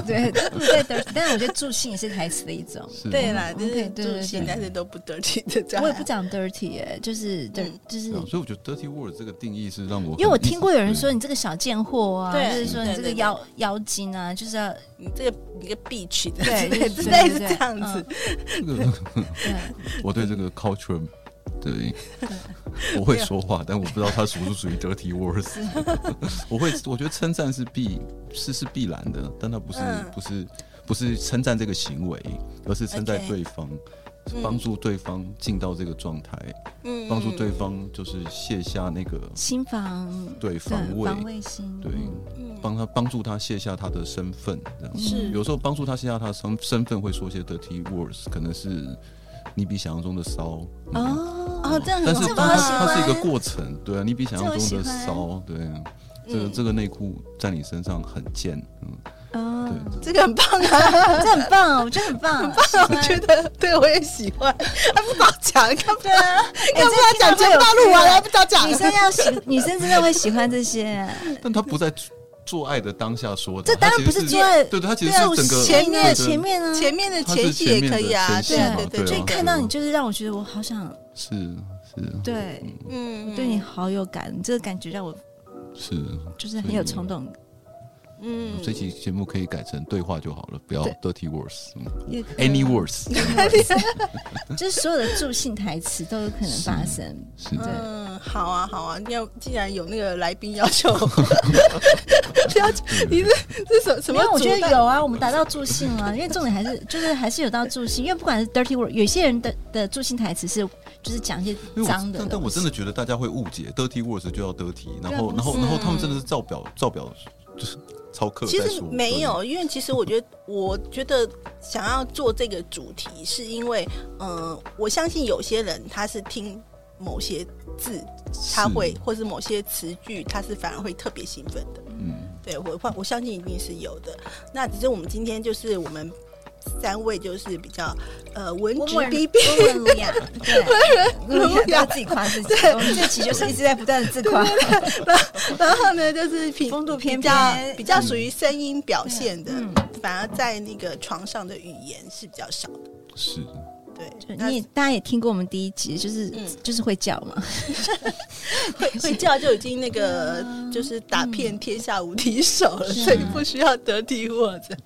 Speaker 1: 对对对，但是我觉得助兴也是台词的一种。
Speaker 3: 是
Speaker 2: 对啦，就
Speaker 1: OK，对
Speaker 2: 是
Speaker 1: 对
Speaker 2: 助兴，
Speaker 1: 对
Speaker 2: 但是都不得体的这样。
Speaker 1: 我也不讲 dirty 耶、就是对、
Speaker 2: 嗯
Speaker 1: 就是
Speaker 3: 对啊，所以我觉得 dirty word 这个定义是让我很，
Speaker 1: 因为我听过有人说
Speaker 3: 对
Speaker 1: 你这个小贱货啊，
Speaker 2: 对
Speaker 1: 就是说你这
Speaker 2: 对
Speaker 1: 个
Speaker 2: 对对
Speaker 1: 妖妖精啊，就是要
Speaker 2: 你这个你个 bitch 的，
Speaker 1: 对
Speaker 2: 对，
Speaker 1: 就是
Speaker 2: 之类是
Speaker 1: 对对嗯
Speaker 2: 这样子。
Speaker 3: 这个
Speaker 1: 对，
Speaker 3: 我对这个 culture，对，我会说话，但我不知道它属不属于 dirty words。我 会，我觉得称赞是必是是必然的，但它不是、
Speaker 2: 嗯
Speaker 3: 不是不是称赞这个行为，而是称赞
Speaker 2: OK
Speaker 3: 对方。帮助对方进到这个状态，
Speaker 2: 嗯
Speaker 3: 帮助对方就是卸下那个
Speaker 1: 新房
Speaker 3: 对
Speaker 1: 对
Speaker 3: 防卫，
Speaker 1: 防卫心，
Speaker 3: 对
Speaker 1: 嗯，
Speaker 3: 帮他帮助他卸下他的身份，这样
Speaker 2: 是
Speaker 3: 有时候帮助他卸下他的身身份，会说些 dirty words，可能是你比想象中的骚，
Speaker 1: 哦，
Speaker 2: 哦，这样很
Speaker 3: 但是
Speaker 2: 好
Speaker 1: 棒
Speaker 3: 它
Speaker 1: 啊
Speaker 3: 它
Speaker 1: 这
Speaker 3: 是
Speaker 1: 我
Speaker 3: 一
Speaker 1: 喜
Speaker 3: 个
Speaker 1: 欢
Speaker 3: 过程，对啊，你比想象中的骚，对啊，这个这个内裤在你身上很贱，嗯，
Speaker 1: 哦，
Speaker 3: 对，
Speaker 2: 这个很棒啊，
Speaker 1: 这很棒， 我觉得很棒，
Speaker 2: 我觉得对我也喜欢，还不早讲，干
Speaker 1: 对啊，
Speaker 2: 干嘛要讲
Speaker 1: 这
Speaker 2: 中
Speaker 1: 个听到
Speaker 2: 大
Speaker 1: 会有
Speaker 2: 陆
Speaker 1: 趣啊
Speaker 2: 完还不早讲
Speaker 1: 女？生要喜，女生真的会喜欢这些，
Speaker 3: 但他不在做做爱的当下说的，
Speaker 1: 嗯这当然
Speaker 3: 它其实
Speaker 1: 不是做爱
Speaker 3: 对对，他其实
Speaker 1: 对啊
Speaker 3: 是整个
Speaker 2: 前面
Speaker 3: 对对
Speaker 1: 前面啊，
Speaker 2: 前面的
Speaker 3: 它是
Speaker 2: 前戏也可以啊，对
Speaker 3: 前面
Speaker 2: 啊，
Speaker 3: 的
Speaker 2: 对
Speaker 3: 前戏嘛
Speaker 2: 对
Speaker 1: 所以
Speaker 3: 对
Speaker 2: 对
Speaker 3: 啊，
Speaker 1: 看到你就是让我觉得我好想
Speaker 3: 是是，
Speaker 1: 对
Speaker 2: 嗯
Speaker 1: 对你好有感，你这个感觉让我
Speaker 3: 是，
Speaker 1: 就是很有冲动，
Speaker 2: 嗯
Speaker 3: 这期节目可以改成对话就好了，不要 dirty words，嗯
Speaker 1: 也可以
Speaker 3: any words，
Speaker 1: 就是所有的助兴台词都有可能发生。
Speaker 3: 是
Speaker 1: 对
Speaker 2: 嗯，好啊，好啊，要既然有那个来宾要 求，要求你这这什什
Speaker 1: 没
Speaker 2: 么
Speaker 1: 有，我觉得
Speaker 2: 阻挡
Speaker 1: 有啊，我们达到助兴了、因为重点还是就是还是有到助兴，因为不管是 dirty word，有些人的的助兴台词是就是讲一
Speaker 3: 因
Speaker 1: 些
Speaker 3: 为我
Speaker 1: 脏的
Speaker 3: 但但我真的觉得大家会误解，dirty words 就要 dirty，然
Speaker 1: 对
Speaker 3: 后
Speaker 1: 啊
Speaker 3: 然后
Speaker 1: 不是
Speaker 3: 然后他们真的是照表照表就是操课
Speaker 2: 其
Speaker 3: 在
Speaker 2: 实
Speaker 3: 说，
Speaker 2: 没有，因为其实我觉得，我觉得想要做这个主题，是因为，嗯、我相信有些人他是听某些字，他
Speaker 3: 是
Speaker 2: 会，或是某些词句，他是反而会特别兴奋的。
Speaker 3: 嗯。
Speaker 2: 对我我相信一定是有的。那只是我们今天就是我们三位就是比较呃文质彬彬，
Speaker 1: 温文儒雅， 对，温文儒
Speaker 2: 儒
Speaker 1: 雅，
Speaker 2: 雅
Speaker 1: 不要自己夸自己。我们这期就是一直在不断的自夸，
Speaker 2: 然后呢就是比
Speaker 1: 风度翩
Speaker 2: 比较
Speaker 1: 翩
Speaker 2: 比较属于声音表现的，
Speaker 1: 嗯
Speaker 2: 反而在那个床上的语言是比较少的。
Speaker 3: 是，
Speaker 2: 对，那
Speaker 1: 你也大家也听过我们第一集，就是
Speaker 2: 嗯
Speaker 1: 就是会叫嘛，
Speaker 2: 会会叫就已经 那个就是打遍天下无敌手了，
Speaker 1: 是啊
Speaker 2: 所以不需要得体我的。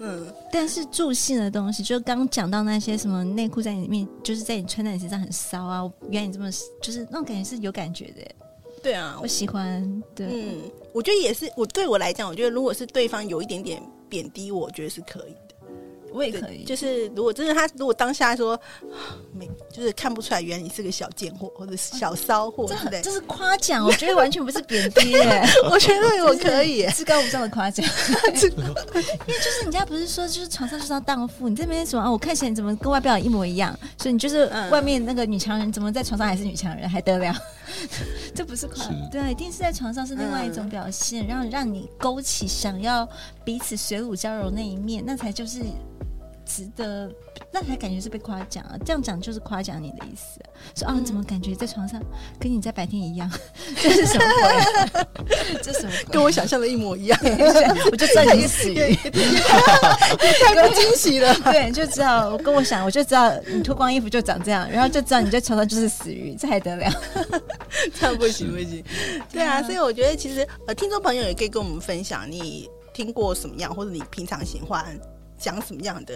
Speaker 2: 嗯，
Speaker 1: 但是助兴的东西，就刚讲到那些什么内裤在你面，就是在你穿在你身上很骚啊，我原来你这么就是那种感觉是有感觉的，
Speaker 2: 对啊
Speaker 1: 我，喜欢，对，
Speaker 2: 嗯，我觉得也是，我对我来讲，我觉得如果是对方有一点点贬低我，我觉得是可以的。
Speaker 1: 我也
Speaker 2: 对
Speaker 1: 可以，
Speaker 2: 就是如果真的他如果当下说啊没，就是看不出来，原来你是个小贱货或者是小骚货
Speaker 1: 啊这
Speaker 2: 之类
Speaker 1: 很，这是夸奖，我觉得完全不是贬低耶，
Speaker 2: 我觉得我可以
Speaker 1: 也
Speaker 2: 耶。
Speaker 1: 是高不上的夸 奖。 因为就是人家不是说就是床上就是要荡妇，你这边什么啊？我看起来你怎么跟外表一模一样，所以你就是
Speaker 2: 嗯
Speaker 1: 外面那个女强人，怎么在床上还是女强人，还得了？ 这不是夸
Speaker 3: 是，
Speaker 1: 对，啊一定是在床上是另外一种表
Speaker 2: 嗯
Speaker 1: 现，让让你勾起想要彼此水乳交融那一面，那才就是值得，那才感觉是被夸奖啊。这样讲就是夸奖你的意思啊、说啊，
Speaker 2: 嗯
Speaker 1: 怎么感觉在床上跟你在白天一样？ 这是什么鬼？ 这是什么鬼？
Speaker 2: 跟我想象的一模一样，
Speaker 1: 我就知道你是死
Speaker 2: 也
Speaker 1: 鱼，
Speaker 2: 也太不惊喜了。
Speaker 1: 对，就知道我跟我想，我就知道你脱光衣服就长这样，然后就知道你在床上就是死鱼，这还得 了？
Speaker 2: 这样不行不行。对
Speaker 1: 对
Speaker 2: 啊，
Speaker 1: 啊
Speaker 2: 所以我觉得其实呃，听众朋友也可以跟我们分享你听过什么样，或者你平常喜欢讲什么样的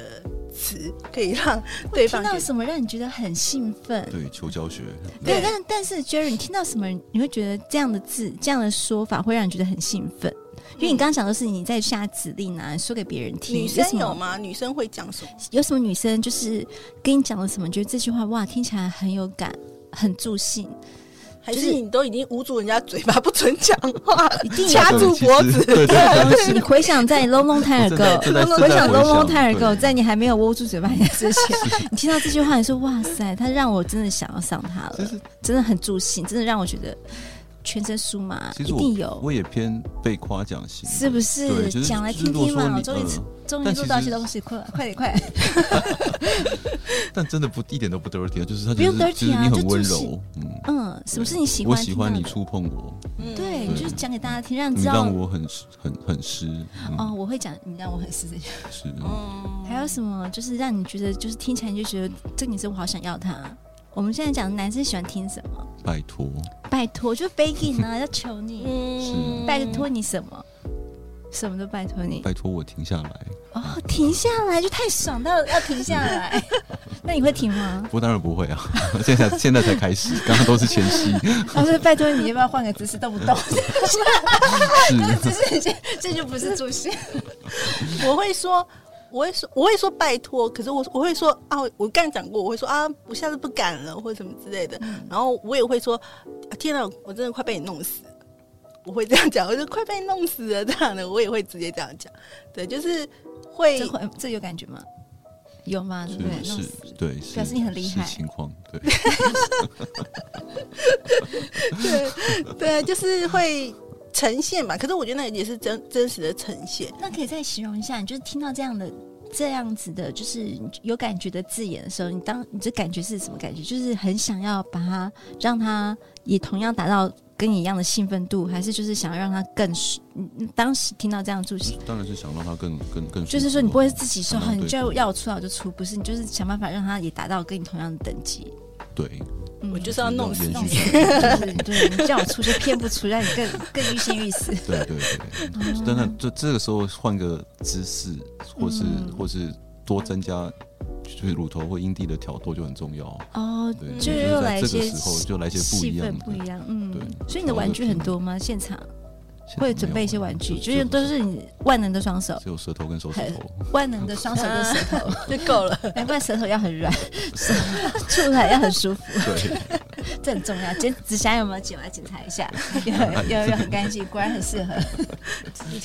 Speaker 2: 词，可以让对
Speaker 1: 听
Speaker 2: 方
Speaker 1: 到
Speaker 2: 觉得
Speaker 1: 什么让你觉得很兴奋？
Speaker 3: 对，求教 学，
Speaker 1: 对
Speaker 2: 对，
Speaker 1: 但但是 Jerry，你听到什么，你会觉得这样的字、这样的说法会让你觉得很兴奋？
Speaker 2: 嗯
Speaker 1: 因为你刚刚讲的是你在下指令啊，说给别人听。
Speaker 2: 女
Speaker 1: 有
Speaker 2: 生
Speaker 1: 什么
Speaker 2: 有？吗？女生会讲什么？
Speaker 1: 有什么女生就是跟你讲了什么，你觉得这句话哇听起来很有感，很助兴，
Speaker 2: 还哦
Speaker 1: 就是
Speaker 2: 是你都已经捂住人家嘴巴不准讲话了，
Speaker 1: 一定有
Speaker 2: 掐住脖
Speaker 3: 子，
Speaker 2: 子？
Speaker 3: 对对对
Speaker 1: 就是你回想在 long long time
Speaker 3: 我正在
Speaker 1: ago，
Speaker 3: 正在
Speaker 1: 回想 long long
Speaker 3: 正在回想
Speaker 1: time ago，
Speaker 3: 对
Speaker 1: 在你还没有捂住嘴巴之前，你听到这句话，你说哇塞，他让我真的想要上他
Speaker 3: 其
Speaker 1: 了，
Speaker 3: 实
Speaker 1: 真的很助兴，真的让我觉得全身酥麻，
Speaker 3: 其
Speaker 1: 一
Speaker 3: 实
Speaker 1: 定
Speaker 3: 我
Speaker 1: 有，
Speaker 3: 我也偏被夸奖型的，
Speaker 1: 是不是
Speaker 3: 对，？就是
Speaker 1: 讲来听
Speaker 3: 就是
Speaker 1: 听
Speaker 3: 如果说
Speaker 1: 嘛，我
Speaker 3: 你
Speaker 1: 终于
Speaker 3: 呃
Speaker 1: 终于
Speaker 3: 但
Speaker 1: 录
Speaker 3: 其
Speaker 1: 到一
Speaker 3: 实
Speaker 1: 些东西，快快点快 点，
Speaker 3: 但真的不一点都不 dirty 啊，就是他
Speaker 1: 不用
Speaker 3: 就
Speaker 1: dirty
Speaker 3: 是就是
Speaker 1: 啊
Speaker 3: 你
Speaker 1: 就
Speaker 3: 很
Speaker 1: 助
Speaker 3: 温
Speaker 1: 兴
Speaker 3: 柔，嗯，
Speaker 1: 嗯，什么是你喜
Speaker 3: 我
Speaker 1: 欢
Speaker 3: 喜
Speaker 1: 听
Speaker 3: 欢
Speaker 1: 到
Speaker 3: 你
Speaker 1: 的？
Speaker 3: 触碰我，
Speaker 2: 嗯
Speaker 1: 对，
Speaker 3: 对
Speaker 1: 你就是讲给大家听，让你
Speaker 3: 你
Speaker 1: 知道
Speaker 3: 让我很很很湿，
Speaker 1: 哦，
Speaker 3: 嗯，
Speaker 1: 我会讲，你让我很失望。
Speaker 3: 是，
Speaker 2: 嗯，
Speaker 1: 还有什么就是让你觉得就是听起来你就觉得这个女生我好想要她？我们现在讲男生喜欢听什么？
Speaker 3: 拜托，
Speaker 1: 拜托，就是 begging 啊，要求你，
Speaker 2: 嗯
Speaker 3: 是
Speaker 1: 拜托你什么？什么都拜托你
Speaker 3: 拜托我停下来，
Speaker 1: 哦，停下来就太爽到要停下 来，那你会停吗
Speaker 3: 不？过当然不会啊， 现在现在才 开始，刚刚都是前戏，
Speaker 1: 他说拜托你要不要换个姿势动不 动？
Speaker 3: 是，
Speaker 1: 这是这这就不是助兴，
Speaker 2: 我会说，我会说，我会说拜托，可是我我会说啊，我刚才讲过，我会说啊，我下次不敢了，或者什么之类的。
Speaker 1: 嗯
Speaker 2: 然后我也会说，啊天哪，我真的快被你弄死了，我会这样讲，我就快被弄死了这样的，我也会直接这样讲。对，就是会
Speaker 1: 这会这有感觉吗？有吗？对不对？弄
Speaker 3: 是
Speaker 1: 死
Speaker 3: 是，对，是
Speaker 1: 表示你很厉
Speaker 3: 是
Speaker 1: 害
Speaker 3: 情况，对，
Speaker 2: 对，就是会呈现嘛。可是我觉得那也是真真实的呈现。
Speaker 1: 那可以再形容一下，你就是听到这样的这样子的，就是有感觉的字眼的时候，你当你这感觉是什么感觉？就是很想要把它让它也同样达到跟你一样的兴奋度，还是就是想要让它更舒？你你当时听到这样的注释，
Speaker 3: 当然是想让它更更更舒服，
Speaker 1: 就是说你不会自己说
Speaker 3: 嗯
Speaker 1: 很
Speaker 3: 对
Speaker 1: 就要我出来我就出，不是你就是想办法让它也达到跟你同样的等级。
Speaker 3: 对，
Speaker 1: 嗯
Speaker 2: 我就是要弄死
Speaker 3: 延
Speaker 1: 弄
Speaker 3: 续
Speaker 1: 死
Speaker 3: 下去，
Speaker 1: 就是对你叫我出就骗不出，让你更更欲仙欲死。
Speaker 3: 对对对。
Speaker 1: 哦
Speaker 3: 但那这这个时候换个姿势，或是、
Speaker 1: 嗯
Speaker 3: 或是多增加就是乳头或阴蒂的挑逗就很重要。啊
Speaker 1: 哦
Speaker 3: 对，，
Speaker 1: 就
Speaker 3: 就是
Speaker 1: 又来
Speaker 3: 在
Speaker 1: 一
Speaker 3: 这个
Speaker 1: 些
Speaker 3: 时候就来一些不一
Speaker 1: 气氛
Speaker 3: 样的，
Speaker 1: 不一样，嗯，
Speaker 3: 对
Speaker 1: 所以你的玩具很多吗？现场会准备一些玩具，就
Speaker 3: 现
Speaker 1: 是
Speaker 3: 在没有
Speaker 1: 都是你万能的双手，
Speaker 3: 只有舌头跟手指头，
Speaker 1: 万能的双手跟舌头，
Speaker 2: 就 够了。
Speaker 1: 哎，不然舌头要很软，舌出来要很舒服，
Speaker 3: 对，
Speaker 1: 这很重要。剪指甲有没有剪？我来检查一 下，有有有很干净，果然很适合。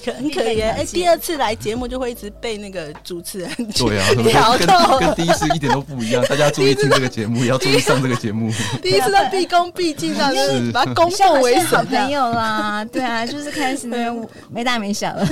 Speaker 2: 可很可怜。哎、第二次来节目就会一直被那个主持人
Speaker 3: 对啊，
Speaker 2: 挑逗
Speaker 3: 跟跟第一次一点都不一样。大家注意听这个节目，也要注意上这个节目。
Speaker 2: 第一次在毕恭毕敬这样子，
Speaker 3: 是
Speaker 2: 把它恭
Speaker 1: 像
Speaker 2: 奉
Speaker 1: 我
Speaker 2: 为
Speaker 1: 是 好
Speaker 2: 神这
Speaker 1: 朋
Speaker 2: 样。
Speaker 1: 友啦，对 啊，就是开始那边没大没 小了。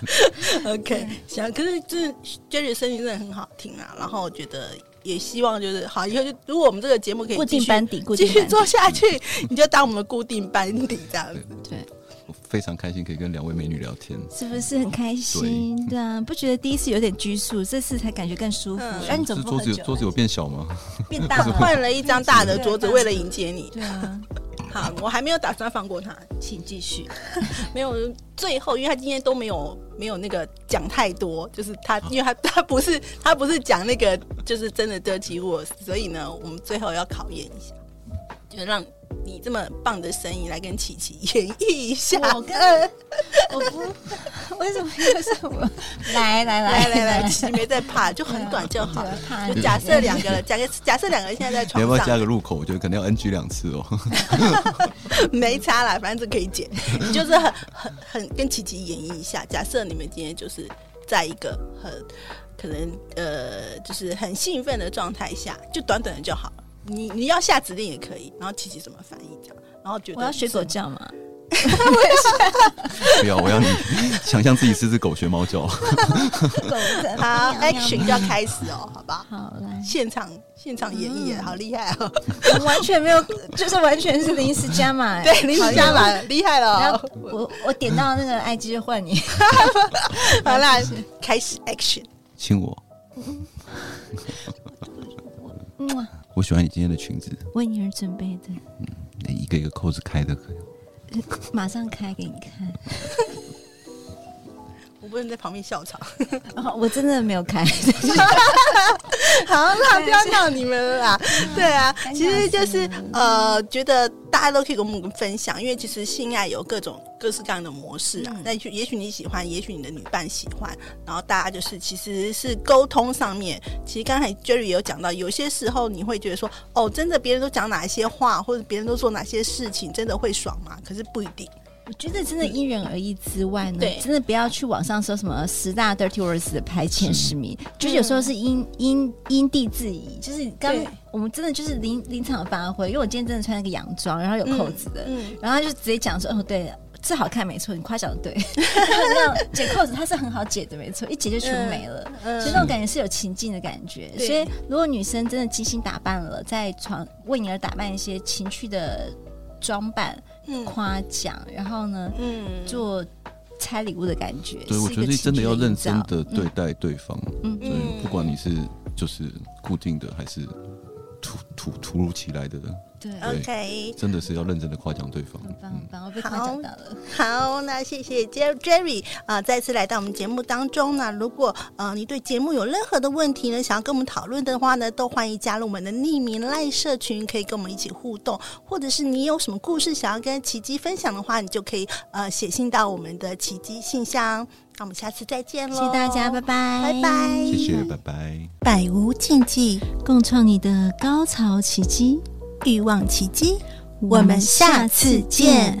Speaker 2: OK，行。可是就是 Jerry 的声音真的很好听啊，然后我觉得也希望就是好，以后就如果我们这个节目可以
Speaker 1: 固
Speaker 2: 继
Speaker 1: 定
Speaker 2: 续
Speaker 1: 班底，固
Speaker 2: 继
Speaker 1: 定
Speaker 2: 续
Speaker 1: 班底，
Speaker 2: 做下去，你就当我们的固定班底这 样子。
Speaker 1: 对。
Speaker 3: 我非常开心可以跟两位美女聊天，
Speaker 1: 是不是很开心？对啊，不觉得第一次有点拘束，这次才感觉更舒服。
Speaker 2: 嗯
Speaker 1: 哎、你怎
Speaker 3: 这
Speaker 1: 么不
Speaker 3: 桌
Speaker 1: 喝
Speaker 3: 子有
Speaker 1: 酒？
Speaker 3: 桌子有变小吗？
Speaker 1: 变大了。
Speaker 2: 换了一张大的桌
Speaker 1: 啊
Speaker 2: 子，为了迎接你。
Speaker 1: 对 啊，
Speaker 2: 好，我还没有打算放过他。
Speaker 1: 请继续。
Speaker 2: 没有，最后因为他今天都没有没有那个讲太多，就是他，因为他 他不是他不是讲那个就是真的 dirty words，所以呢，我们最后要考验一下，就让你这么棒的声音来跟琪琪演绎一下。
Speaker 1: 我跟我不， 为什么又是我？ 来来来
Speaker 2: 来来来，琪琪没在怕，就很短就好。
Speaker 1: 对啊
Speaker 2: 就假设两个人，假设假设两个人现在在
Speaker 3: 你要不
Speaker 2: 床
Speaker 3: 要加
Speaker 2: 上，
Speaker 3: 个入口？我觉得可能要 NG 两次哦。
Speaker 2: 没差啦，反正这可以剪。你就是很很很跟琪琪演绎一下，假设你们今天就是在一个很可能呃，就是很兴奋的状态下，就短短的就好了。你你要下指令也可以，然后琪琪怎么翻译这样，然后觉得
Speaker 1: 我要学狗叫嘛？
Speaker 3: 不要，我 要你想象自己是只狗学猫叫。
Speaker 1: 狗的喵喵
Speaker 2: 好
Speaker 1: 喵
Speaker 2: ，action 就要开始哦，好吧？
Speaker 1: 好来，
Speaker 2: 现场现场演绎耶，好厉害 哦！
Speaker 1: 我完全没有，就是完全是临时加 码、
Speaker 2: 对，林子嘉蛮厉害了
Speaker 1: 然
Speaker 2: 哦
Speaker 1: 后。我我点到那个 IG 就换 你，
Speaker 2: 好啦，开始 action。
Speaker 3: 亲我，
Speaker 1: 嗯，
Speaker 3: 我喜欢你今天的裙子，
Speaker 1: 为你而准备的，
Speaker 3: 你一个一个扣子开的，
Speaker 1: 马上开给你看。
Speaker 2: 我不能在旁边笑场。
Speaker 1: 哦，我真的没有开，
Speaker 2: 好啦，不要闹你们了啦。对啊，其实就是呃，觉得大家都可以跟我们分享，因为其实性爱有各种各式各样的模式啊
Speaker 1: 嗯。
Speaker 2: 那、许也许你喜欢，也许你的女伴喜欢，然后大家就是其实是沟通上面。其实刚才 Jerry 也有讲到，有些时候你会觉得说，哦，真的别人都讲哪些话，或者别人都做哪些事情，真的会爽吗？可是不一定。
Speaker 1: 我觉得真的因人而异之外呢，
Speaker 2: 对
Speaker 1: 真的不要去网上搜什么十大 dirty words 的排前十名，就是有时候是因因因地制宜，就是刚
Speaker 2: 对
Speaker 1: 我们真的就是临临场发挥，因为我今天真的穿了个洋装，然后有扣子的，
Speaker 2: 嗯，
Speaker 1: 然后他就直接讲说，哦，对。这好看没错，你夸奖 得对。就是那种解扣子，它是很好解的，没错，一解就全没了。
Speaker 2: 嗯
Speaker 1: 所以那种感觉是有情境的感觉。
Speaker 2: 对
Speaker 1: 所以如果女生真的精心打扮了，在床为你而打扮一些情趣的装扮，
Speaker 2: 嗯
Speaker 1: 夸奖，然后呢，
Speaker 2: 嗯，
Speaker 1: 做拆礼物的感觉。
Speaker 3: 对，我
Speaker 1: 是一
Speaker 3: 觉
Speaker 1: 个
Speaker 3: 得真的要认真的
Speaker 1: 情绪营造
Speaker 3: 对待对方。
Speaker 1: 嗯
Speaker 3: 对，不管你是就是固定的还是突突突如其来的，
Speaker 1: 嗯对，
Speaker 3: 对
Speaker 2: OK，
Speaker 3: 真的是要认真的夸奖对方。
Speaker 1: 很棒很棒，我被
Speaker 2: 好
Speaker 1: 夸奖到了。
Speaker 2: 好，那谢谢 Jer- Jerry 啊、再次来到我们节目当中呢。如果呃你对节目有任何的问题呢，想要跟我们讨论的话呢，都欢迎加入我们的匿名赖社群，可以跟我们一起互动。或者是你有什么故事想要跟奇迹分享的话，你就可以呃写信到我们的奇迹信箱。那我们下次再见
Speaker 1: 谢
Speaker 2: 喽，
Speaker 1: 谢大家，拜拜，
Speaker 2: 拜拜
Speaker 3: 谢谢，拜拜。
Speaker 2: 百无禁忌，
Speaker 1: 共创你的高潮奇迹，
Speaker 2: 欲望奇迹。
Speaker 1: 我
Speaker 2: 们下次见。